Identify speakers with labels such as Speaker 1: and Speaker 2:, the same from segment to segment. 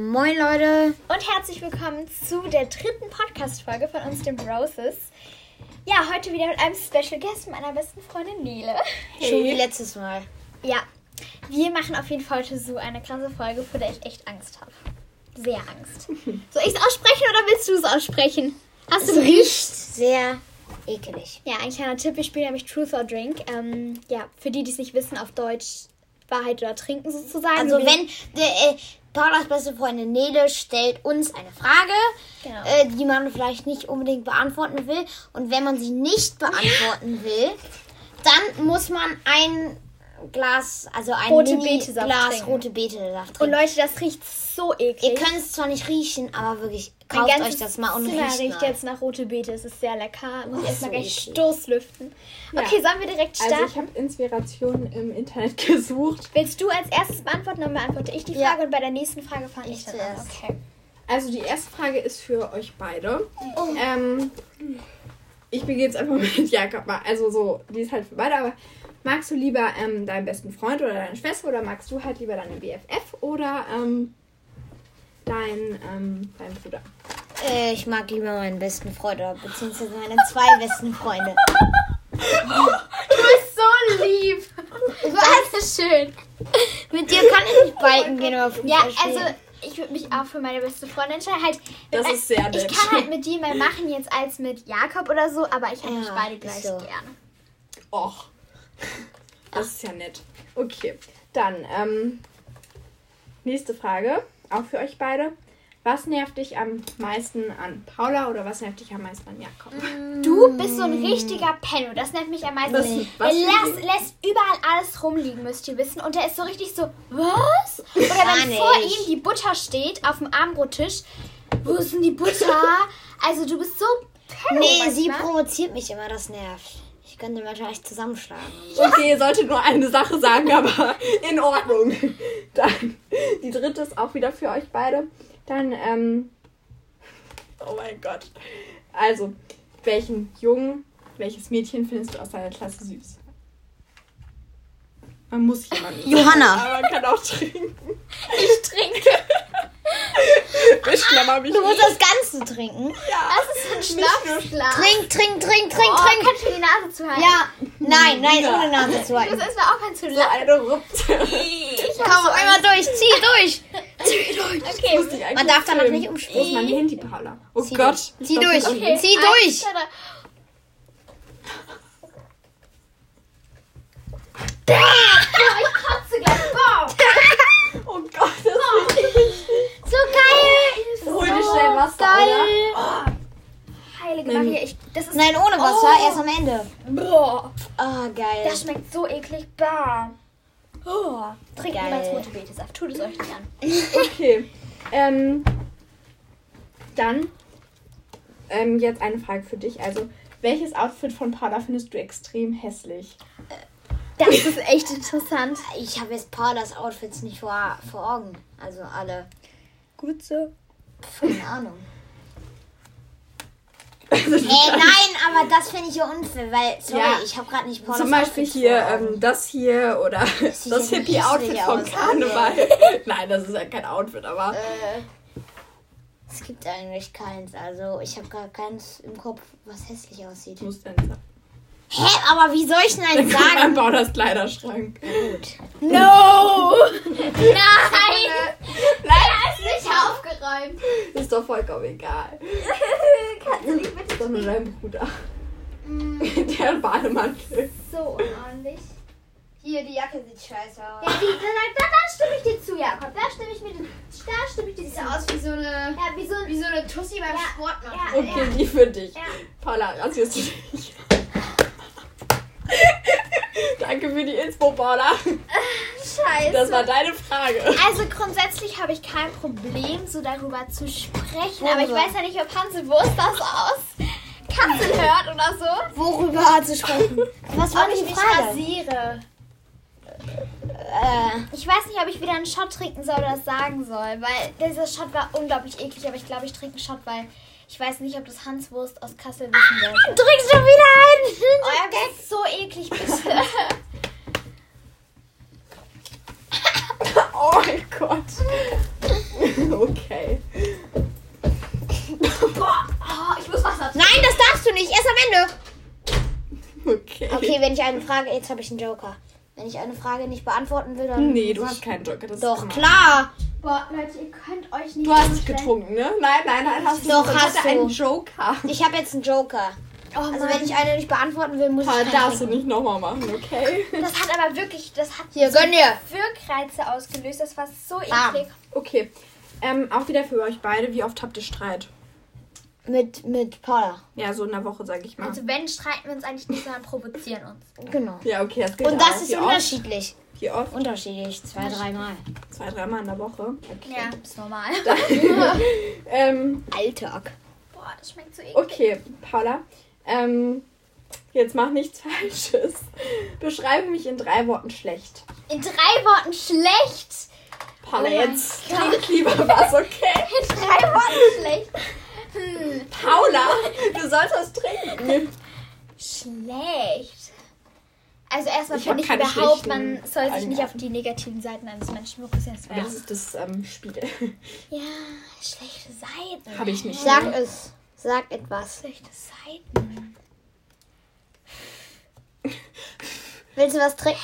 Speaker 1: Moin Leute,
Speaker 2: Und herzlich willkommen zu der dritten Podcast-Folge von uns, den Broses. Ja, heute wieder mit einem Special Guest, meiner besten Freundin Nele.
Speaker 1: schon wie letztes Mal.
Speaker 2: Ja, wir machen auf jeden Fall heute so eine krasse Folge, vor der ich echt Angst habe. Sehr Angst. Soll ich es aussprechen oder willst du es aussprechen? Hast du
Speaker 1: Riecht sehr ekelig.
Speaker 2: Ja, ein kleiner Tipp, wir spielen nämlich Truth or Drink. Ähm, ja, für die, die es nicht wissen, auf Deutsch Wahrheit oder Trinken sozusagen.
Speaker 1: Also
Speaker 2: Wir-
Speaker 1: wenn der, äh, Paulas beste Freundin Nele stellt uns eine Frage,
Speaker 2: Genau.
Speaker 1: äh, die man vielleicht nicht unbedingt beantworten will. Und wenn man sie nicht beantworten will, dann muss man ein Glas, also ein
Speaker 2: Rote
Speaker 1: Mini-
Speaker 2: Beete-Saft
Speaker 1: Glas
Speaker 2: trinken.
Speaker 1: rote Beete-Saft
Speaker 2: Und
Speaker 1: trinken.
Speaker 2: Leute, das riecht so eklig.
Speaker 1: Ihr könnt es zwar nicht riechen, aber wirklich,
Speaker 2: Mein
Speaker 1: kauft euch
Speaker 2: ganzes
Speaker 1: das mal und
Speaker 2: Zimmer
Speaker 1: riecht
Speaker 2: riecht
Speaker 1: mal.
Speaker 2: jetzt nach rote Beete. Es ist sehr lecker. Muss ich erstmal
Speaker 1: so
Speaker 2: gleich
Speaker 1: eklig.
Speaker 2: Stoßlüften. Okay, sollen wir direkt starten?
Speaker 3: Also ich habe Inspiration im Internet gesucht.
Speaker 2: Willst du als erstes beantworten, dann beantworte ich die
Speaker 1: Ja.
Speaker 2: Frage und bei der nächsten Frage fange ich,
Speaker 1: Ich
Speaker 2: dann an.
Speaker 1: zuerst.
Speaker 2: Okay.
Speaker 3: Also die erste Frage ist für euch beide. Ähm, ich beginne jetzt einfach mit Jakob mal. Also so, die ist halt für beide, aber magst du lieber ähm, deinen besten Freund oder deine Schwester oder magst du halt lieber deine BFF oder ähm, dein, ähm, dein Bruder?
Speaker 1: Äh, ich mag lieber meinen besten Freund oder beziehungsweise meine zwei besten Freunde.
Speaker 2: So lieb. Das ist schön.
Speaker 1: Mit dir kann ich nicht biken gehen oder Fußball
Speaker 2: Ja, also
Speaker 1: spielen.
Speaker 2: ich würde mich auch für meine beste Freundin entscheiden. Halt,
Speaker 3: Das ist sehr
Speaker 2: ich
Speaker 3: nett.
Speaker 2: kann halt mit dir mehr machen jetzt als mit Jakob oder so, aber ich habe
Speaker 1: Ja,
Speaker 2: mich beide
Speaker 1: ist
Speaker 2: gleich
Speaker 1: so.
Speaker 2: gerne.
Speaker 3: Och. Das ist ja nett. Okay, dann ähm, nächste Frage, auch für euch beide. Was nervt dich am meisten an Paula oder was nervt dich am meisten an Jakob?
Speaker 2: Du bist so ein richtiger Penno. Das nervt mich am meisten.
Speaker 3: Was-
Speaker 2: der
Speaker 3: was für
Speaker 2: lässt, lässt überall alles rumliegen, müsst ihr wissen. Und der ist so richtig so, was? Oder wenn
Speaker 1: Gar
Speaker 2: vor
Speaker 1: nicht.
Speaker 2: ihm die Butter steht auf dem Armbrottisch. Wo ist denn die Butter? also du bist so Penno.
Speaker 1: Nee, sie
Speaker 2: manchmal.
Speaker 1: provoziert mich immer, das nervt. Ich könnte manchmal echt zusammenschlagen.
Speaker 3: Okay, ihr solltet nur eine Sache sagen, aber in Ordnung. Dann die dritte ist auch wieder für euch beide. Dann, ähm, oh mein Gott. Also, welchen Jungen, welches Mädchen findest du aus deiner Klasse süß? Man muss jemanden.
Speaker 1: Johanna.
Speaker 3: Aber man kann auch trinken.
Speaker 2: ich trinke.
Speaker 3: Ich klammer mich
Speaker 1: Du musst
Speaker 3: nicht.
Speaker 1: das Ganze trinken.
Speaker 2: Das ist ein Schnapsglas.
Speaker 1: Trink, trink, trink, trink,
Speaker 2: Oh,
Speaker 1: trink.
Speaker 2: kannst du die Nase zuhalten?
Speaker 1: Ja. Nein, nein,
Speaker 3: Ja.
Speaker 1: ohne Nase zu
Speaker 2: Das
Speaker 1: halten.
Speaker 2: ist mir auch ganz zu
Speaker 3: So
Speaker 2: lang.
Speaker 3: eine Rupze.
Speaker 1: äh, Komm, einmal durch, zieh durch.
Speaker 2: Okay.
Speaker 1: Man darf danach nicht umspringen.
Speaker 3: Wo ist mein Handy, Paula? Oh
Speaker 1: Zieh
Speaker 3: Gott.
Speaker 1: durch.
Speaker 3: ich
Speaker 1: Zieh
Speaker 3: glaub,
Speaker 1: durch.
Speaker 3: das-
Speaker 1: Okay. Zieh durch.
Speaker 2: Eins, zwei, drei. Oh, ich kotze gleich. Wow.
Speaker 3: Oh Gott, das ist richtig.
Speaker 2: So geil.
Speaker 3: Hol dir schnell Wasser,
Speaker 2: geil.
Speaker 3: oder? Oh.
Speaker 2: Heilige
Speaker 3: Nimm.
Speaker 2: Maria, ich, das ist...
Speaker 1: Nein, ohne Wasser,
Speaker 2: Oh.
Speaker 1: erst am Ende.
Speaker 2: Boah.
Speaker 1: Oh, geil.
Speaker 2: Das schmeckt so eklig. Bah. Oh. Trinkt
Speaker 1: Geil.
Speaker 2: niemals rote Betesaft. Tut es euch nicht an.
Speaker 3: Okay. Ähm, dann ähm, jetzt eine Frage für dich. Also, welches Outfit von Paula findest du extrem hässlich?
Speaker 2: Das ist echt interessant.
Speaker 1: Ich habe jetzt Paulas Outfits nicht vor, vor Augen. Also alle.
Speaker 2: Gut so.
Speaker 1: Keine Ahnung. Ey, nein, aber das finde ich ja unfair, weil, sorry,
Speaker 3: Ja.
Speaker 1: ich habe gerade nicht Paulas
Speaker 3: Zum Beispiel
Speaker 1: Outfits
Speaker 3: hier
Speaker 1: vor Augen.
Speaker 3: ähm, das hier oder das,
Speaker 1: sieht ja nicht
Speaker 3: Hippie-Outfit
Speaker 1: hässlich
Speaker 3: vom
Speaker 1: aus,
Speaker 3: Karneval. Nein, das ist ja kein Outfit, aber
Speaker 1: Äh, es gibt eigentlich keins. Also ich habe gar keins im Kopf, was hässlich aussieht.
Speaker 3: muss dann sagen.
Speaker 1: Hä, aber wie soll ich denn
Speaker 3: Dann
Speaker 1: eins
Speaker 3: kann
Speaker 1: sagen?
Speaker 3: man Paulas Kleiderschrank.
Speaker 2: No! Nein!
Speaker 3: Nein,
Speaker 2: Ist nicht aufgeräumt.
Speaker 3: ist doch vollkommen egal.
Speaker 2: Kannst du nicht bitte
Speaker 3: Ist doch nur dein Bruder. Der Bademantel.
Speaker 2: so unordentlich?
Speaker 1: Hier, die Jacke sieht scheiße aus.
Speaker 2: Ja, die, da, da, da stimme ich dir zu, Jakob. Da stimme ich mir da stimme ich dir zu.
Speaker 4: aus wie so eine,
Speaker 2: Ja, wie so ein...
Speaker 4: wie so eine Tussi beim
Speaker 2: Ja,
Speaker 4: Sport machen.
Speaker 2: Ja,
Speaker 3: Okay, die für dich.
Speaker 2: Ja.
Speaker 3: Paula, rasierst du dich? Danke für die Inspo, Paula.
Speaker 2: Scheiße.
Speaker 3: Das war deine Frage.
Speaker 2: also grundsätzlich habe ich kein Problem, so darüber zu sprechen. Aber ich
Speaker 1: Worüber?
Speaker 2: weiß ja nicht, ob Hansewurst das aus Katzen hört oder so.
Speaker 1: Worüber zu sprechen? Was war
Speaker 2: Ob ich
Speaker 1: die
Speaker 2: mich
Speaker 1: Frage?
Speaker 2: rasiere.
Speaker 1: Äh,
Speaker 2: Ich weiß nicht, ob ich wieder einen Shot trinken soll oder das sagen soll, weil dieser Shot war unglaublich eklig, aber ich glaube, ich trinke einen Shot, weil ich weiß nicht, ob das Hanswurst aus Kassel wissen wird.
Speaker 1: du trinkst schon wieder ein.
Speaker 2: Euer Gag ist so eklig, bitte.
Speaker 3: Oh mein Gott. Okay.
Speaker 2: Oh, ich muss Wasser trinken.
Speaker 1: Nein, das darfst du nicht. Erst am Ende.
Speaker 3: Okay.
Speaker 1: Okay, wenn ich eine Frage. Jetzt habe ich einen Joker. Wenn ich eine Frage nicht beantworten will, dann.
Speaker 3: Nee, du hast keinen Joker. Das
Speaker 1: Doch,
Speaker 3: ist
Speaker 1: klar.
Speaker 2: Boah, Leute, ihr könnt euch nicht
Speaker 3: Du hast es
Speaker 2: vorstellen.
Speaker 3: getrunken, ne? Nein, nein, nein, hast du
Speaker 1: Doch,
Speaker 3: nicht. Ich
Speaker 1: hast
Speaker 3: hatte
Speaker 1: du.
Speaker 3: einen Joker.
Speaker 1: Ich habe jetzt einen Joker.
Speaker 2: Oh,
Speaker 1: Also,
Speaker 2: Mann.
Speaker 1: wenn ich eine nicht beantworten will, muss ich.
Speaker 3: Das
Speaker 1: keinen
Speaker 3: darfst du
Speaker 1: trinken.
Speaker 3: nicht nochmal machen, okay?
Speaker 2: Das hat aber wirklich, das hat
Speaker 1: Hier, gönn dir.
Speaker 2: Wirkreize ausgelöst. Das war so
Speaker 1: Bam.
Speaker 2: eklig.
Speaker 3: Okay. Ähm, auch wieder für euch beide. Wie oft habt ihr Streit?
Speaker 1: Mit, mit Paula.
Speaker 3: Ja, so in der Woche, sag ich mal.
Speaker 2: Also wenn, streiten wir uns eigentlich nicht, sondern provozieren uns.
Speaker 1: Genau.
Speaker 3: ja, okay, das geht
Speaker 1: Und das
Speaker 3: auch.
Speaker 1: ist
Speaker 3: Wie oft?
Speaker 1: unterschiedlich.
Speaker 3: Wie oft?
Speaker 1: Unterschiedlich. Zwei, dreimal.
Speaker 3: Zwei, dreimal in der Woche.
Speaker 2: Ja, ist normal.
Speaker 3: Ähm,
Speaker 1: Alltag.
Speaker 2: Boah, das schmeckt so eklig.
Speaker 3: okay, Paula. Ähm, jetzt mach nichts Falsches. Beschreibe mich in drei Worten schlecht.
Speaker 2: In drei Worten schlecht.
Speaker 3: Paula,
Speaker 2: Oh mein
Speaker 3: jetzt trink lieber was, okay?
Speaker 2: In drei Worten schlecht. Hm,
Speaker 3: Paula, du sollst was trinken.
Speaker 2: schlecht. Also erstmal
Speaker 3: Ich
Speaker 2: finde
Speaker 3: hab
Speaker 2: ich
Speaker 3: keine
Speaker 2: überhaupt,
Speaker 3: schlechten
Speaker 2: man soll sich nicht auf
Speaker 3: Eigenarten.
Speaker 2: die negativen Seiten eines Menschen fokussieren. Das
Speaker 3: Das
Speaker 2: wäre-
Speaker 3: ist das ähm, Spiel.
Speaker 2: Ja, schlechte Seiten.
Speaker 3: Habe ich nicht.
Speaker 1: Sag es. Sag etwas.
Speaker 2: Schlechte Seiten.
Speaker 1: Willst du was trinken?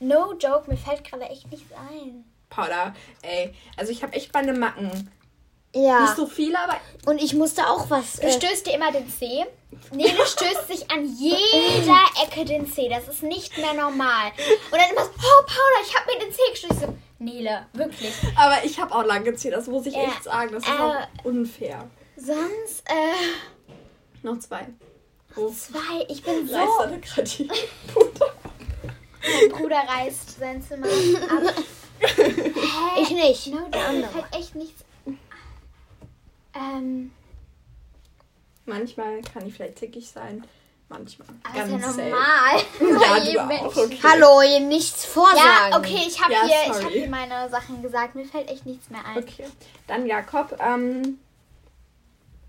Speaker 2: No joke, mir fällt gerade echt nichts ein.
Speaker 3: Paula, ey. Also ich habe echt meine Macken.
Speaker 2: Ah.
Speaker 1: Ja.
Speaker 3: Nicht so viele, aber
Speaker 1: Und ich musste auch was.
Speaker 2: Du
Speaker 1: Äh,
Speaker 2: stößt dir immer den Zeh. Nele stößt sich an jeder Ecke den Zeh. Das ist nicht mehr normal. Und dann immer so, oh Paula, ich hab mir den Zeh gestößt. Ich So, Nele, wirklich.
Speaker 3: Aber ich habe auch lang gezählt, das muss ich
Speaker 2: Ja,
Speaker 3: echt sagen. Das ist
Speaker 2: äh,
Speaker 3: auch unfair.
Speaker 2: Sonst, äh,
Speaker 3: Noch zwei. Oh,
Speaker 2: zwei, ich bin so.
Speaker 3: Leisterne Kritik. Bruder.
Speaker 2: Mein Bruder reißt sein Zimmer ab. Hä?
Speaker 1: ich nicht.
Speaker 2: No, da mir fällt echt nichts. Ähm,
Speaker 3: Manchmal kann ich vielleicht zickig sein. Manchmal.
Speaker 2: aber ist ja
Speaker 3: selten.
Speaker 2: normal.
Speaker 3: Ja,
Speaker 2: Bei
Speaker 3: du
Speaker 2: jedem
Speaker 3: auch.
Speaker 2: Menschen.
Speaker 3: Okay.
Speaker 1: Hallo, ihr nichts vorsagen.
Speaker 2: Ja, okay, ich habe
Speaker 3: Ja,
Speaker 2: dir, ich
Speaker 3: sorry.
Speaker 2: hab dir meine Sachen gesagt. Mir fällt echt nichts mehr ein.
Speaker 3: Okay. Dann Jakob. Ähm,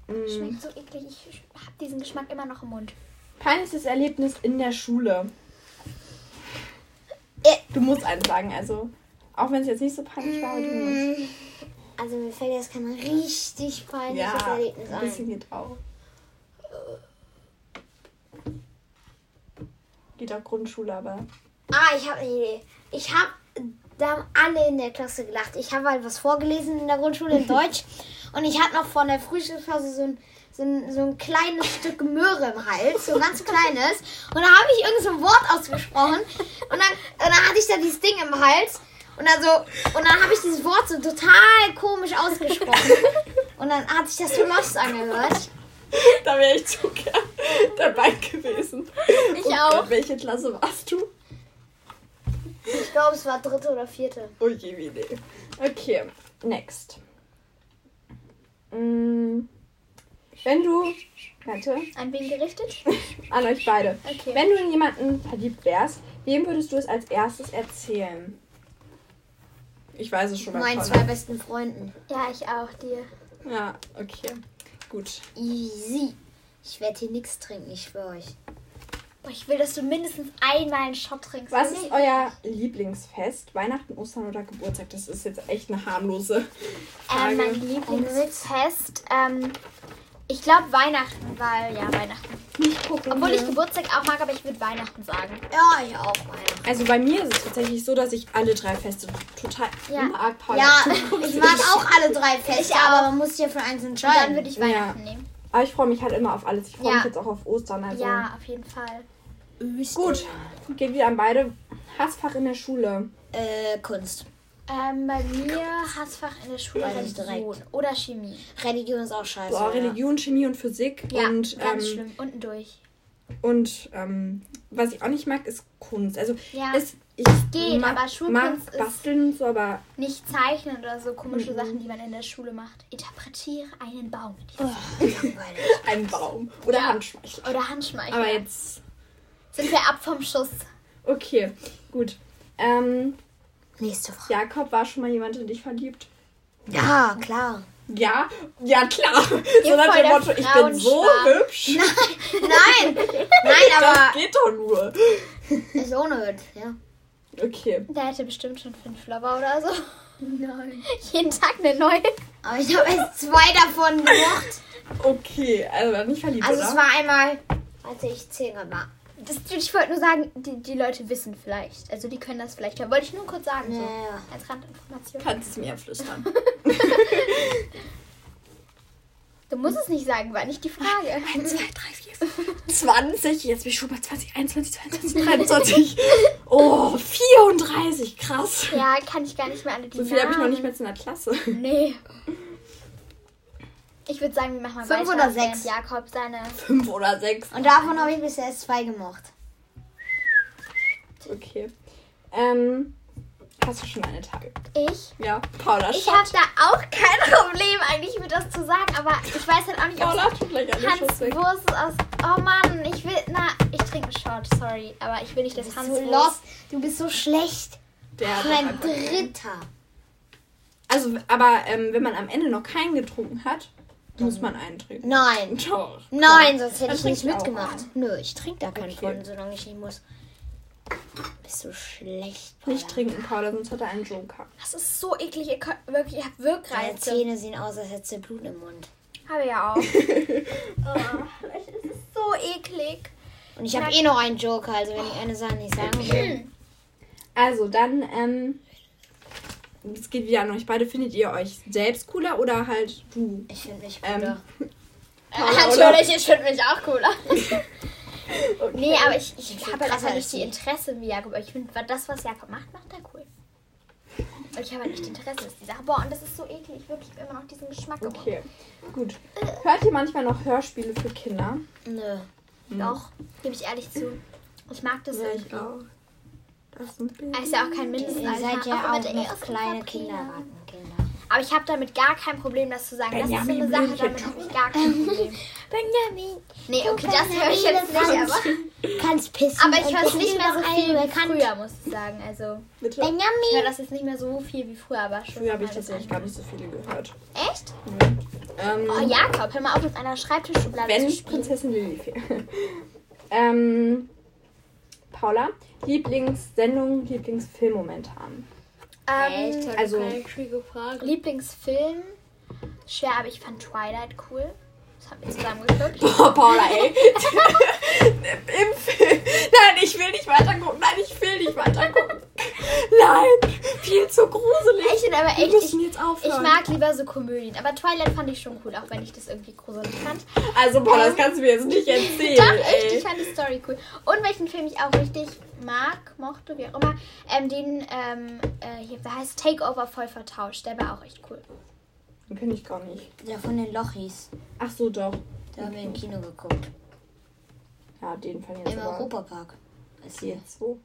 Speaker 3: mh,
Speaker 2: Schmeckt so eklig. Ich hab diesen Geschmack immer noch im Mund.
Speaker 3: peinliches Erlebnis in der Schule.
Speaker 1: Äh.
Speaker 3: Du musst eins sagen, also. Auch wenn es jetzt nicht so peinlich war, aber du musst.
Speaker 1: Also mir fällt jetzt kein richtig peinliches
Speaker 3: Ja,
Speaker 1: Erlebnis
Speaker 3: ein
Speaker 1: ein.
Speaker 3: bisschen geht auch. Geht auch Grundschule, aber
Speaker 1: Ah, ich habe eine Idee. Ich habe, da haben alle in der Klasse gelacht. Ich habe halt was vorgelesen in der Grundschule in Deutsch und ich hatte noch von der Frühstückspause so ein, so ein, so ein kleines Stück Möhre im Hals, so ein ganz kleines. Und da habe ich irgend so ein Wort ausgesprochen und dann, und dann hatte ich da dieses Ding im Hals und dann so, und dann habe ich dieses Wort so total komisch ausgesprochen. Und dann hat sich das so lost angehört.
Speaker 3: Da wäre ich zu gern dabei gewesen. Ich
Speaker 2: auch.
Speaker 3: welche Klasse warst du?
Speaker 1: Ich glaube, es war dritte oder vierte.
Speaker 3: Oh je, wie nee. Okay, next. Mm, Wenn du, warte,
Speaker 2: An wen gerichtet?
Speaker 3: an euch beide.
Speaker 2: Okay.
Speaker 3: Wenn du in jemanden verliebt wärst, wem würdest du es als erstes erzählen? Ich weiß es schon mal.
Speaker 1: Meinen zwei besten Freunden.
Speaker 2: Ja, ich auch dir.
Speaker 3: Ja, okay. Gut.
Speaker 1: Easy. Ich werde hier nichts trinken, ich für euch.
Speaker 2: Boah, ich will, dass du mindestens einmal einen Shot trinkst.
Speaker 3: Was ist euer Lieblingsfest? Weihnachten, Ostern oder Geburtstag? Das ist jetzt echt eine harmlose Frage.
Speaker 2: ähm, mein Lieblingsfest? Ähm, ich glaube Weihnachten, weil ja Weihnachten.
Speaker 3: Nicht gucken. ne?
Speaker 2: Obwohl
Speaker 3: hier.
Speaker 2: ich Geburtstag auch mag, aber ich würde Weihnachten sagen.
Speaker 1: Ja, ich auch Weihnachten.
Speaker 3: Also bei mir ist es tatsächlich so, dass ich alle drei Feste total
Speaker 2: Ja.
Speaker 3: mag. Paula.
Speaker 1: Ja, ich mag auch alle drei Feste,
Speaker 2: auch.
Speaker 1: aber man muss sich ja für eins
Speaker 2: Und dann
Speaker 1: entscheiden.
Speaker 2: würde ich Weihnachten
Speaker 3: Ja.
Speaker 2: nehmen.
Speaker 3: Aber ich freue mich halt immer auf alles. Ich freue
Speaker 2: Ja.
Speaker 3: mich jetzt auch auf Ostern. Also
Speaker 2: Ja, auf jeden Fall.
Speaker 3: gut, geht wieder an beide. Hassfach in der Schule.
Speaker 1: Äh, Kunst.
Speaker 2: Ähm, bei mir Hassfach in der Schule
Speaker 1: Beides
Speaker 2: Religion oder Chemie.
Speaker 1: Religion ist auch scheiße.
Speaker 3: Boah,
Speaker 1: oder?
Speaker 3: Religion, Chemie und Physik.
Speaker 2: Ja,
Speaker 3: und
Speaker 2: ganz
Speaker 3: ähm,
Speaker 2: schlimm. Unten durch.
Speaker 3: und ähm, was ich auch nicht mag, ist Kunst. Also
Speaker 2: Ja.
Speaker 3: es, ich
Speaker 2: geht,
Speaker 3: mag,
Speaker 2: aber Schulkunst
Speaker 3: mag
Speaker 2: ist-
Speaker 3: basteln und so, aber
Speaker 2: Nicht zeichnen oder so
Speaker 3: Mhm.
Speaker 2: komische Sachen, die man in der Schule macht. Interpretiere einen Baum.
Speaker 1: Langweilig.
Speaker 3: ein Baum oder
Speaker 2: Ja.
Speaker 3: Handschmeichler.
Speaker 2: Oder Handschmeichler.
Speaker 3: Aber jetzt,
Speaker 2: Sind wir ab vom Schuss?
Speaker 3: okay, gut. Ähm,
Speaker 1: Nächste Frage.
Speaker 3: Jakob, war schon mal jemand in dich verliebt?
Speaker 1: Ja, klar.
Speaker 3: Ja, ja klar. So nach
Speaker 2: voll
Speaker 3: dem
Speaker 2: der
Speaker 3: Motto, ich bin so
Speaker 2: Frauenschwarm.
Speaker 3: hübsch.
Speaker 1: Nein! Nein,
Speaker 3: Das
Speaker 1: aber
Speaker 3: geht doch nur.
Speaker 1: ist ohne Hüt, ja.
Speaker 3: Okay.
Speaker 2: Der hätte bestimmt schon fünf Lover oder so.
Speaker 1: Nein.
Speaker 2: Jeden Tag eine neue.
Speaker 1: Aber ich habe jetzt zwei davon gemacht.
Speaker 3: Okay, also dann nicht verliebt,
Speaker 1: Also
Speaker 3: oder?
Speaker 1: es war einmal, als ich zehn war.
Speaker 2: Das, ich wollte nur sagen, die, die Leute wissen vielleicht. Also die können das vielleicht. hören. Wollte ich nur kurz sagen. So.
Speaker 1: Naja.
Speaker 2: Als Randinformation.
Speaker 3: Kannst es mir flüstern.
Speaker 2: Du musst es nicht sagen, war nicht die Frage.
Speaker 3: 1, 2, 3, 4, 5, 20. Jetzt bin ich schon bei 20, 21, 22, 23. Oh, 34. Krass.
Speaker 2: ja, kann ich gar nicht mehr alle die
Speaker 3: So viel habe ich noch
Speaker 2: Namen.
Speaker 3: nicht mehr zu einer Klasse.
Speaker 2: Nee. Ich würde sagen, wir machen mal
Speaker 1: Fünf
Speaker 2: weiter.
Speaker 1: oder sechs?
Speaker 2: während Jakob seine.
Speaker 3: Fünf oder sechs.
Speaker 1: Und davon habe ich bisher zwei gemacht.
Speaker 3: Okay. Ähm, hast du schon eine Tage?
Speaker 2: Ich?
Speaker 3: Ja, Paula.
Speaker 2: Ich habe da auch kein Problem eigentlich mit das zu sagen, aber ich weiß halt auch nicht, ob
Speaker 3: Paula hat schon gleich alle
Speaker 2: Hans
Speaker 3: Schuss weg.
Speaker 2: Wurst aus. Oh Mann, ich will. Na, ich trinke einen Shot, sorry. Aber ich will nicht, dass Hans
Speaker 1: so
Speaker 2: Wurst.
Speaker 1: lost. Du bist so schlecht.
Speaker 3: Der hat
Speaker 1: Schon ein
Speaker 3: einfach-
Speaker 1: Dritter.
Speaker 3: Also, aber ähm, wenn man am Ende noch keinen getrunken hat, muss man einen trinken.
Speaker 1: Mhm. Nein.
Speaker 3: Doch.
Speaker 1: Nein, sonst hätte
Speaker 3: Dann
Speaker 1: ich nicht
Speaker 3: trinkst du auch
Speaker 1: mitgemacht. Nö, ich trinke da keinen
Speaker 3: Okay.
Speaker 1: von, solange ich nicht muss. Bist du schlecht, Paula.
Speaker 3: Nicht trinken, Paula, sonst hat er einen Joker.
Speaker 2: Das ist so eklig. Ihr könnt, wirklich, ihr habt
Speaker 1: Deine
Speaker 2: Wirkreize.
Speaker 1: Zähne sehen aus, als hättest du Blut im Mund.
Speaker 2: Habe ja auch. oh, es ist so eklig.
Speaker 1: Und ich habe eh noch einen Joker, also wenn ich eine Sache nicht sagen will.
Speaker 3: Also, dann, ähm, es geht wieder an euch beide. Findet ihr euch selbst cooler oder halt du?
Speaker 1: Ich finde mich
Speaker 3: Ähm,
Speaker 1: cooler.
Speaker 2: Äh, Natürlich, ich finde mich auch cooler. Nee, aber ich, ich,
Speaker 1: bin
Speaker 2: habe halt
Speaker 1: krasser
Speaker 2: einfach
Speaker 1: als
Speaker 2: nicht die
Speaker 1: die.
Speaker 2: Interesse wie Jakob. Aber Ich finde, das, was Jakob macht, macht er cool. Und ich habe halt nicht die Interesse, dass die Sache. Boah, und das ist so eklig. Wirklich, ich hab immer noch diesen Geschmack im
Speaker 3: Okay, gut. Hört ihr manchmal noch Hörspiele für Kinder?
Speaker 1: Nö.
Speaker 2: Mund. Doch, gebe ich ehrlich zu. Ich mag das irgendwie.
Speaker 3: auch. Das ist ein
Speaker 2: Er ist ja auch kein
Speaker 1: Ihr
Speaker 2: Mindestalter.
Speaker 1: seid ja
Speaker 2: aber
Speaker 1: auch
Speaker 2: der
Speaker 1: noch
Speaker 2: erste
Speaker 1: kleine
Speaker 2: Papier.
Speaker 1: Kindergartenkinder.
Speaker 2: Aber ich habe damit gar kein Problem, das zu sagen.
Speaker 3: Benjamin,
Speaker 2: das ist so eine Sache,
Speaker 3: Blümchen,
Speaker 2: damit habe ich gar kein Problem.
Speaker 1: Benjamin,
Speaker 2: Nee, okay, das höre ich jetzt nicht,
Speaker 1: Benjamin,
Speaker 2: aber,
Speaker 1: kannst pissen.
Speaker 2: aber ich
Speaker 1: und
Speaker 2: höre es
Speaker 1: pissen
Speaker 2: nicht mehr so
Speaker 1: überall
Speaker 2: viel wie
Speaker 1: bekannt.
Speaker 2: früher, muss ich sagen. Also,
Speaker 3: Bitte?
Speaker 2: ich höre
Speaker 1: Benjamin.
Speaker 2: das jetzt nicht mehr so viel wie früher, aber schon.
Speaker 3: Früher habe ich
Speaker 2: mal
Speaker 3: tatsächlich gar nicht so viele gehört.
Speaker 2: das- Echt?
Speaker 3: Ähm,
Speaker 2: Oh, Jakob, hör mal auf, mit einer Schreibtischschublade zu
Speaker 3: Wenn
Speaker 2: spielen.
Speaker 3: Prinzessin Lilly fehlt. ähm, Paula, Lieblingssendung, Lieblingsfilm momentan.
Speaker 2: Ähm,
Speaker 3: Also,
Speaker 2: Lieblingsfilm? Schwer, aber ich fand Twilight cool. Das haben wir zusammen geguckt.
Speaker 3: boah, Paula, ey. Im Film. Nein, ich will nicht weiter gucken. Nein, ich will nicht weiter gucken. Nein, viel zu gruselig.
Speaker 2: Ich bin aber
Speaker 3: Wir
Speaker 2: echt.
Speaker 3: müssen
Speaker 2: Ich,
Speaker 3: jetzt aufhören.
Speaker 2: ich mag lieber so Komödien. Aber Twilight fand ich schon cool, auch wenn ich das irgendwie gruselig fand.
Speaker 3: Also, Paula, das kannst du mir jetzt nicht erzählen.
Speaker 2: Doch, echt,
Speaker 3: ey.
Speaker 2: ich fand die Story cool. Und welchen Film ich auch richtig mag, mochte, wie auch immer, ähm, den, ähm, äh, hier, der heißt Takeover voll vertauscht. Der war auch echt cool.
Speaker 3: Den kenn ich gar nicht.
Speaker 1: Ja, von den Lochis.
Speaker 3: Ach so, doch.
Speaker 1: Da haben wir im Kino geguckt.
Speaker 3: Ja, den fand ich jetzt
Speaker 1: Im
Speaker 3: aber-
Speaker 1: Europapark. Ist hier.
Speaker 3: So.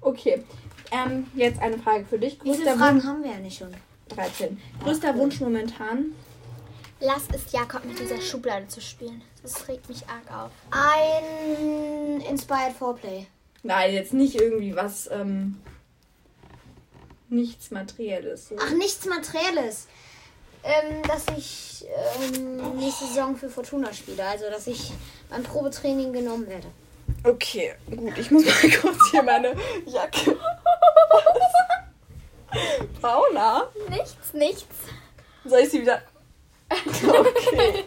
Speaker 3: Okay. Ähm, jetzt eine Frage für dich.
Speaker 1: Wie viele
Speaker 3: Größter Wunsch
Speaker 1: Fragen haben wir ja nicht schon?
Speaker 3: 13. Größter Wunsch momentan?
Speaker 2: Lass es Jakob mit dieser Schublade zu spielen. Das regt mich arg auf.
Speaker 1: Ein Inspired Foreplay.
Speaker 3: Nein, jetzt nicht irgendwie was ähm, nichts materielles. So.
Speaker 1: Ach, nichts Materielles. Ähm, dass ich ähm, nächste Saison für Fortuna spiele. Also, dass ich beim Probetraining genommen werde.
Speaker 3: Okay, gut, ich muss mal kurz hier meine Jacke. Paula,
Speaker 2: Nichts, nichts.
Speaker 3: soll ich sie wieder? Okay.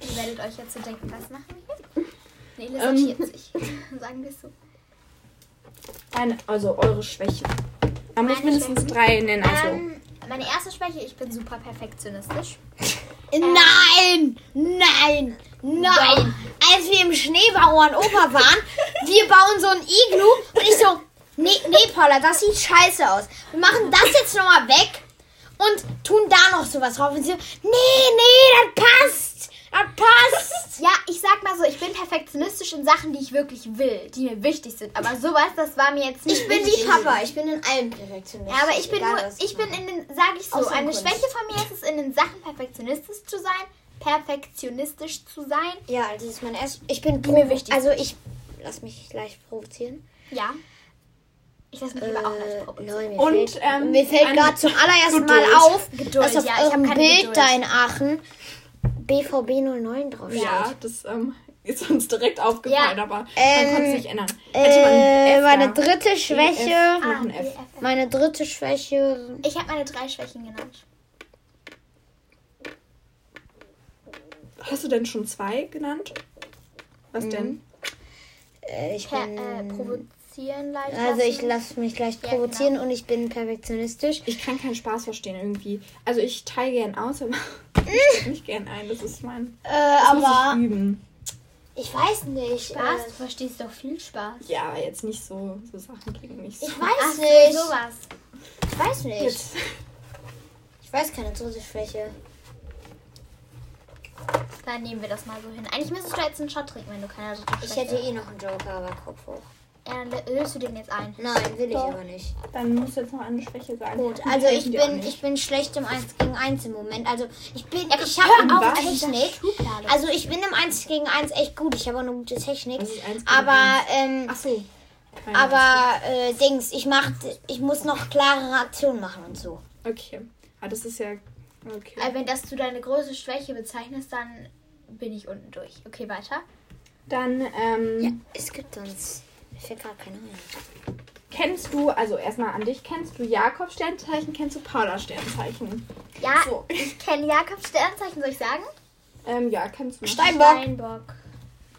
Speaker 2: Ihr werdet euch jetzt so denken, was machen wir jetzt? Nee,
Speaker 3: Ähm.
Speaker 2: recherchiert sich. Sagen wir es so.
Speaker 3: Eine, also eure Schwächen. Man muss
Speaker 2: Meine
Speaker 3: mindestens
Speaker 2: Schwächen?
Speaker 3: drei nennen. Also.
Speaker 2: Ähm, meine erste Schwäche, ich bin super perfektionistisch.
Speaker 1: Ähm, Nein! Nein! Nein! Als wir im Schneebauern Opa waren, wir bauen so ein Iglu und ich so, nee, nee, Paula, das sieht scheiße aus. Wir machen das jetzt nochmal weg und tun da noch sowas drauf. Und sie so, nee, nee, das passt! Das passt!
Speaker 2: Ja, ich sag mal so, ich bin perfektionistisch in Sachen, die ich wirklich will, die mir wichtig sind. Aber sowas, das war mir jetzt nicht
Speaker 1: Ich bin wie
Speaker 2: wichtig.
Speaker 1: Papa, ich bin in allem Perfektionist.
Speaker 2: Ja, aber ich bin
Speaker 1: Egal,
Speaker 2: nur,
Speaker 1: was
Speaker 2: ich bin
Speaker 1: mache.
Speaker 2: in den, sag ich so,
Speaker 1: Außer in
Speaker 2: eine
Speaker 1: Kunst.
Speaker 2: Schwäche von mir ist es, in den Sachen perfektionistisch zu sein, perfektionistisch zu sein.
Speaker 1: Ja, also das ist mein erst. Ich bin
Speaker 2: mir
Speaker 1: provo-
Speaker 2: wichtig
Speaker 1: Also ich. Lass mich leicht provozieren.
Speaker 2: Ja. Ich lasse mich aber auch
Speaker 1: Äh,
Speaker 2: leicht provozieren.
Speaker 1: Nein, mir
Speaker 3: Und,
Speaker 1: fällt,
Speaker 3: ähm,
Speaker 1: mir fällt
Speaker 3: ein-
Speaker 1: gerade zum allerersten
Speaker 3: Geduld.
Speaker 1: Mal auf,
Speaker 2: Geduld,
Speaker 1: dass auf
Speaker 2: ja, ich hab
Speaker 1: eurem
Speaker 2: keine
Speaker 1: Bild
Speaker 2: Geduld.
Speaker 1: da in Aachen BVB 09 draufsteht.
Speaker 3: Ja, das ähm, ist uns direkt aufgefallen,
Speaker 2: Ja.
Speaker 3: aber
Speaker 1: Ähm,
Speaker 3: man konnte es nicht ändern. Hätte man
Speaker 1: Äh,
Speaker 3: F
Speaker 1: meine
Speaker 3: da,
Speaker 1: dritte
Speaker 3: EF,
Speaker 1: Schwäche.
Speaker 3: noch ein F.
Speaker 2: EFF.
Speaker 1: Meine dritte Schwäche.
Speaker 2: Ah, Ich habe meine drei Schwächen genannt.
Speaker 3: Hast du denn schon zwei genannt? Was
Speaker 1: Mhm.
Speaker 3: denn?
Speaker 1: Äh, ich
Speaker 2: Per,
Speaker 1: bin.
Speaker 2: äh, provozieren leicht.
Speaker 1: Also ich
Speaker 2: lassen.
Speaker 1: lasse mich leicht
Speaker 2: Ja, genau.
Speaker 1: provozieren und ich bin perfektionistisch. Äh,
Speaker 3: Ich kann keinen Spaß verstehen irgendwie. Also ich teile gern aus, aber ich stecke mich gern ein. Das ist mein.
Speaker 1: Äh,
Speaker 3: Das muss
Speaker 1: Mhm. aber
Speaker 3: ich üben.
Speaker 1: ich weiß nicht.
Speaker 2: Spaß,
Speaker 1: Äh,
Speaker 2: du verstehst doch viel Spaß.
Speaker 3: Ja, aber jetzt nicht so, so Sachen bringen nicht so.
Speaker 1: ich
Speaker 2: Ach,
Speaker 1: weiß
Speaker 2: so,
Speaker 1: nicht.
Speaker 2: sowas.
Speaker 1: Ich weiß nicht.
Speaker 3: Jetzt.
Speaker 1: Ich weiß keine dritte Schwäche.
Speaker 2: Dann nehmen wir das mal so hin. Eigentlich müsstest du jetzt einen Shot trinken, wenn du keiner so
Speaker 1: Ich hätte eh noch einen Joker, aber Kopf hoch.
Speaker 2: Ja, dann löst Ähm, du den jetzt ein.
Speaker 1: Nein, will ich
Speaker 3: Doch.
Speaker 1: aber nicht.
Speaker 3: Dann muss jetzt noch eine Schwäche sein.
Speaker 1: Gut,
Speaker 3: Die
Speaker 1: also
Speaker 3: helfen
Speaker 1: ich
Speaker 3: dir auch
Speaker 1: bin,
Speaker 3: nicht.
Speaker 1: ich bin schlecht im 1 gegen 1 im Moment. Also ich bin, ich
Speaker 3: komm,
Speaker 1: habe auch
Speaker 3: was?
Speaker 1: Technik.
Speaker 2: Schublade.
Speaker 1: Also ich bin im 1 gegen 1 echt gut. Ich habe auch eine gute Technik.
Speaker 3: Das ist Also, eins gegen
Speaker 1: Aber, ähm,
Speaker 3: Ach so. Keine
Speaker 1: aber äh, Dings, ich mach, ich muss noch klarere Aktionen machen und so.
Speaker 3: Ahnung. Okay. Ah, das ist ja. Okay.
Speaker 1: Äh,
Speaker 2: Aber Äh, wenn das du deine große Schwäche bezeichnest, dann bin ich unten durch. Okay, weiter.
Speaker 3: Dann, ähm,
Speaker 1: Es gibt uns. Mir fällt gerade keine ein.
Speaker 3: kennst du, also erstmal an dich, kennst du Jakob Sternzeichen, kennst du Paula Sternzeichen?
Speaker 2: Ja,
Speaker 3: So.
Speaker 2: ich kenne Jakobs Sternzeichen, soll ich sagen?
Speaker 3: Ähm, ja, kannst du.
Speaker 1: Steinbock.
Speaker 2: Steinbock.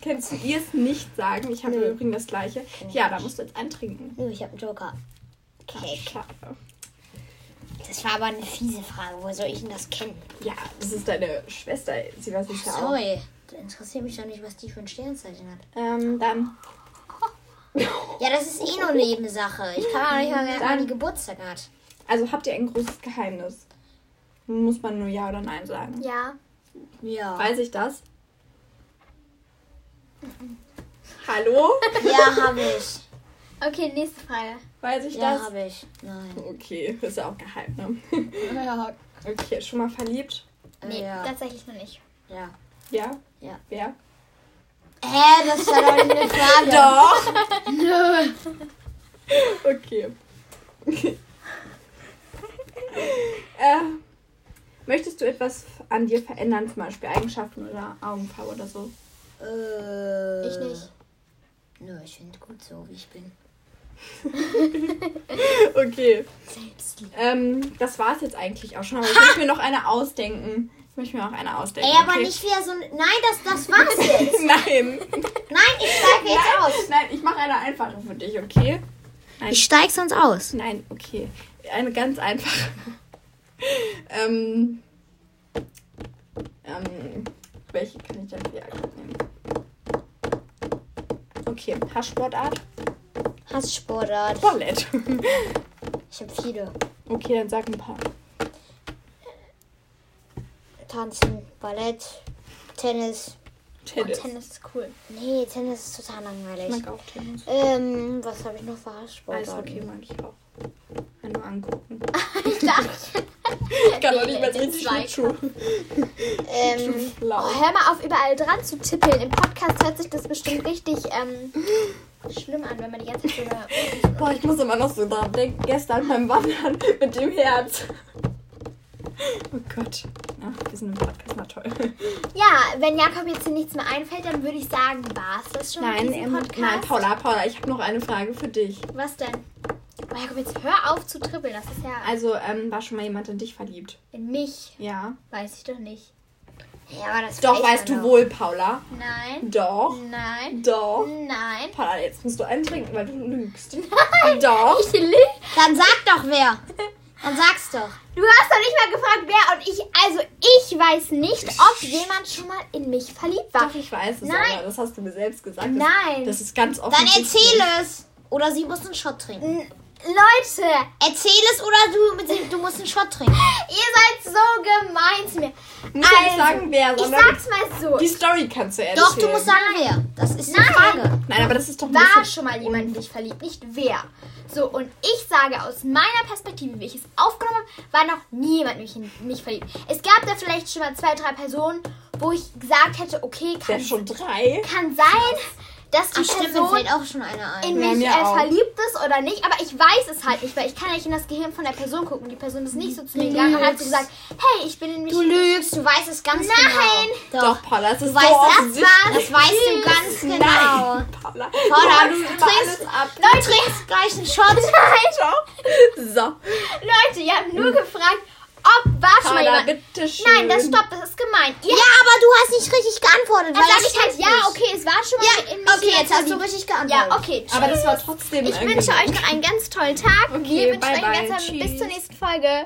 Speaker 3: Kannst du ihr es nicht sagen? Ich habe im Übrigen das gleiche. Ja, da musst du jetzt eintrinken.
Speaker 1: Nö, ich habe einen Joker. Cake.
Speaker 3: Schade.
Speaker 1: Das war aber eine fiese Frage. Wo soll ich denn das kennen?
Speaker 3: Ja, das ist deine Schwester. Sie weiß es ja auch.
Speaker 1: Sorry. Das interessiert mich doch nicht, was die für ein Sternzeichen hat.
Speaker 3: Ähm, dann.
Speaker 1: Ja, das ist eh nur Nebensache. Ich kann mir auch nicht mal merken, wann die Geburtstag hat.
Speaker 3: Also habt ihr ein großes Geheimnis? Muss man nur Ja oder Nein sagen?
Speaker 2: Ja.
Speaker 1: Ja.
Speaker 3: Weiß ich das? Hallo?
Speaker 1: Ja, habe ich.
Speaker 2: Okay, nächste Frage.
Speaker 3: Weiß ich
Speaker 1: Ja,
Speaker 3: das?
Speaker 1: habe ich. Nein.
Speaker 3: Okay, ist ja auch geheim, ne?
Speaker 1: Ja.
Speaker 3: Okay, schon mal verliebt?
Speaker 2: Nee,
Speaker 1: Äh, ja.
Speaker 2: tatsächlich noch nicht.
Speaker 1: ja.
Speaker 3: Ja?
Speaker 1: Ja.
Speaker 3: Wer?
Speaker 1: Hä, das war doch nicht eine Frage.
Speaker 3: Doch! Nö! Okay. äh, möchtest du etwas an dir verändern, zum Beispiel Eigenschaften oder Augenfarbe oder so?
Speaker 1: Äh,
Speaker 2: Ich nicht.
Speaker 1: Nö, ich finde gut so, wie ich bin.
Speaker 3: Okay.
Speaker 1: Selbstliebe.
Speaker 3: Ähm, das war es jetzt eigentlich auch schon, aber ich möchte mir noch eine ausdenken. Ich möchte mir noch eine ausdenken.
Speaker 1: Ey, aber
Speaker 3: okay?
Speaker 1: nicht wieder so. ein- Nein, das, das war's jetzt.
Speaker 3: Nein.
Speaker 1: Nein, ich steige jetzt aus.
Speaker 3: Nein, ich mache eine einfache für dich, okay?
Speaker 1: Ich steig sonst aus.
Speaker 3: Nein, okay. Eine ganz einfache. ähm, ähm, welche kann ich denn hier nehmen? Okay, Haarsportart?
Speaker 1: Hast Sportart.
Speaker 3: Ballett.
Speaker 1: Ich habe viele.
Speaker 3: okay, dann sag ein paar.
Speaker 1: Tanzen, Ballett, Tennis.
Speaker 3: Tennis.
Speaker 2: Oh, Tennis ist cool.
Speaker 1: Nee, Tennis ist total
Speaker 3: Ich
Speaker 1: langweilig.
Speaker 3: mag auch Tennis.
Speaker 1: Ähm, was habe ich noch für Sportarten?
Speaker 3: Eishockey mag ich auch. Kann nur angucken.
Speaker 2: Ich dachte.
Speaker 3: Ich kann auch nicht mehr so richtig
Speaker 2: Zwei.
Speaker 3: mitschulen.
Speaker 1: Ähm,
Speaker 2: Oh,
Speaker 3: Blau.
Speaker 2: hör mal auf, überall dran zu tippeln. Im Podcast hört sich das bestimmt richtig ähm, schlimm an, wenn man die ganze Zeit so eine.
Speaker 3: Oh, Boah, ich muss immer noch so dran denken. Gestern beim Wandern mit dem Herz. Oh Gott. Ach, wir sind im Podcast, na toll.
Speaker 2: Ja, wenn Jakob jetzt hier nichts mehr einfällt, dann würde ich sagen, war es das schon
Speaker 3: Nein,
Speaker 2: mit diesem
Speaker 3: ähm,
Speaker 2: Podcast?
Speaker 3: nein, Paula, Paula, ich habe noch eine Frage für dich.
Speaker 2: Was denn? Oh, Jakob, jetzt hör auf zu trippeln. Das ist ja
Speaker 3: Also, ähm, war schon mal jemand in dich verliebt?
Speaker 2: in mich.
Speaker 3: Ja.
Speaker 2: Weiß ich doch nicht.
Speaker 1: ja, aber das
Speaker 3: Doch,
Speaker 1: weiß
Speaker 3: weißt
Speaker 1: man
Speaker 3: du
Speaker 1: doch.
Speaker 3: wohl, Paula.
Speaker 2: Nein.
Speaker 3: Doch.
Speaker 2: Nein.
Speaker 3: Doch.
Speaker 2: Nein.
Speaker 3: Paula, jetzt musst du einen trinken, weil du lügst. Nein. Doch.
Speaker 2: Ich lüge.
Speaker 1: Dann sag doch wer. Dann sag's doch.
Speaker 2: Du hast doch nicht mal gefragt, wer und ich. Also, ich weiß nicht, ob jemand schon mal in mich verliebt war.
Speaker 3: Doch, ich weiß es,
Speaker 2: Ah. Nein.
Speaker 3: aber das hast du mir selbst gesagt. Das,
Speaker 2: Nein.
Speaker 3: Das ist ganz offen.
Speaker 1: Dann erzähl es. Oder sie muss einen Shot trinken.
Speaker 2: N- Leute,
Speaker 1: Erzähl es oder du, mit sie, du musst einen Shot trinken.
Speaker 2: Ihr seid so gemein zu mir. Also,
Speaker 3: Muss ja nicht sagen, wer,
Speaker 2: ich
Speaker 3: sondern
Speaker 2: sag's mal so.
Speaker 3: die Story kannst du erzählen.
Speaker 1: Doch, du musst sagen wer. Das ist eine
Speaker 2: Nein.
Speaker 1: Frage.
Speaker 3: Nein, aber das ist doch ein
Speaker 2: War
Speaker 3: bisschen-
Speaker 2: schon mal jemand in dich verliebt, nicht wer. So, und ich sage aus meiner Perspektive, wie ich es aufgenommen habe, war noch niemand mich in mich verliebt. Es gab da vielleicht schon mal zwei, drei Personen, wo ich gesagt hätte, okay,
Speaker 3: Ja,
Speaker 2: kann,
Speaker 3: schon drei.
Speaker 2: kann sein, dass die
Speaker 1: Ach, stimmt, mir
Speaker 2: Person
Speaker 1: fällt auch schon einer ein.
Speaker 2: in
Speaker 3: Ja,
Speaker 2: mich
Speaker 3: mir
Speaker 2: äh,
Speaker 3: auch.
Speaker 2: verliebt ist oder nicht, aber ich weiß es halt nicht, weil ich kann ja nicht in das Gehirn von der Person gucken. Die Person ist nicht so zu mir gegangen und hat so
Speaker 1: lügst.
Speaker 2: gesagt, hey, ich bin in mich
Speaker 1: du lügst, du weißt es ganz
Speaker 2: Nein!
Speaker 1: genau.
Speaker 3: Doch, Paula, das ist
Speaker 1: weißt,
Speaker 3: so
Speaker 1: das
Speaker 3: offensichtlich.
Speaker 1: Das weißt du ganz genau.
Speaker 3: Nein, Paula.
Speaker 1: Paula, du
Speaker 3: du räumst immer
Speaker 1: trinkst,
Speaker 3: alles ab.
Speaker 1: du trinkst gleich einen Shot.
Speaker 3: So,
Speaker 2: Leute, ihr habt nur gefragt, ob war schon mal
Speaker 3: Hm. Paula,
Speaker 2: jemand.
Speaker 3: bitte schön.
Speaker 2: Nein, das stoppt, das ist gemein. Ihr
Speaker 1: Ja, aber du hast nicht richtig geantwortet.
Speaker 2: Dann
Speaker 1: weil
Speaker 2: sage
Speaker 1: das
Speaker 2: ich halt,
Speaker 1: stimmt
Speaker 2: ja,
Speaker 1: nicht.
Speaker 2: okay, es war schon mal
Speaker 1: Ja,
Speaker 2: in mich
Speaker 1: okay, jetzt hast du
Speaker 2: verliebt.
Speaker 1: richtig geantwortet.
Speaker 2: Ja, okay, tschüss.
Speaker 3: Aber das war trotzdem
Speaker 2: ich
Speaker 3: irgendwie-
Speaker 2: wünsche euch noch einen ganz tollen Tag.
Speaker 3: Okay,
Speaker 2: Wir wünschen
Speaker 3: bye,
Speaker 2: euch einen
Speaker 3: bye,
Speaker 2: ganz tollen
Speaker 3: tschüss.
Speaker 2: Bis zur nächsten Folge.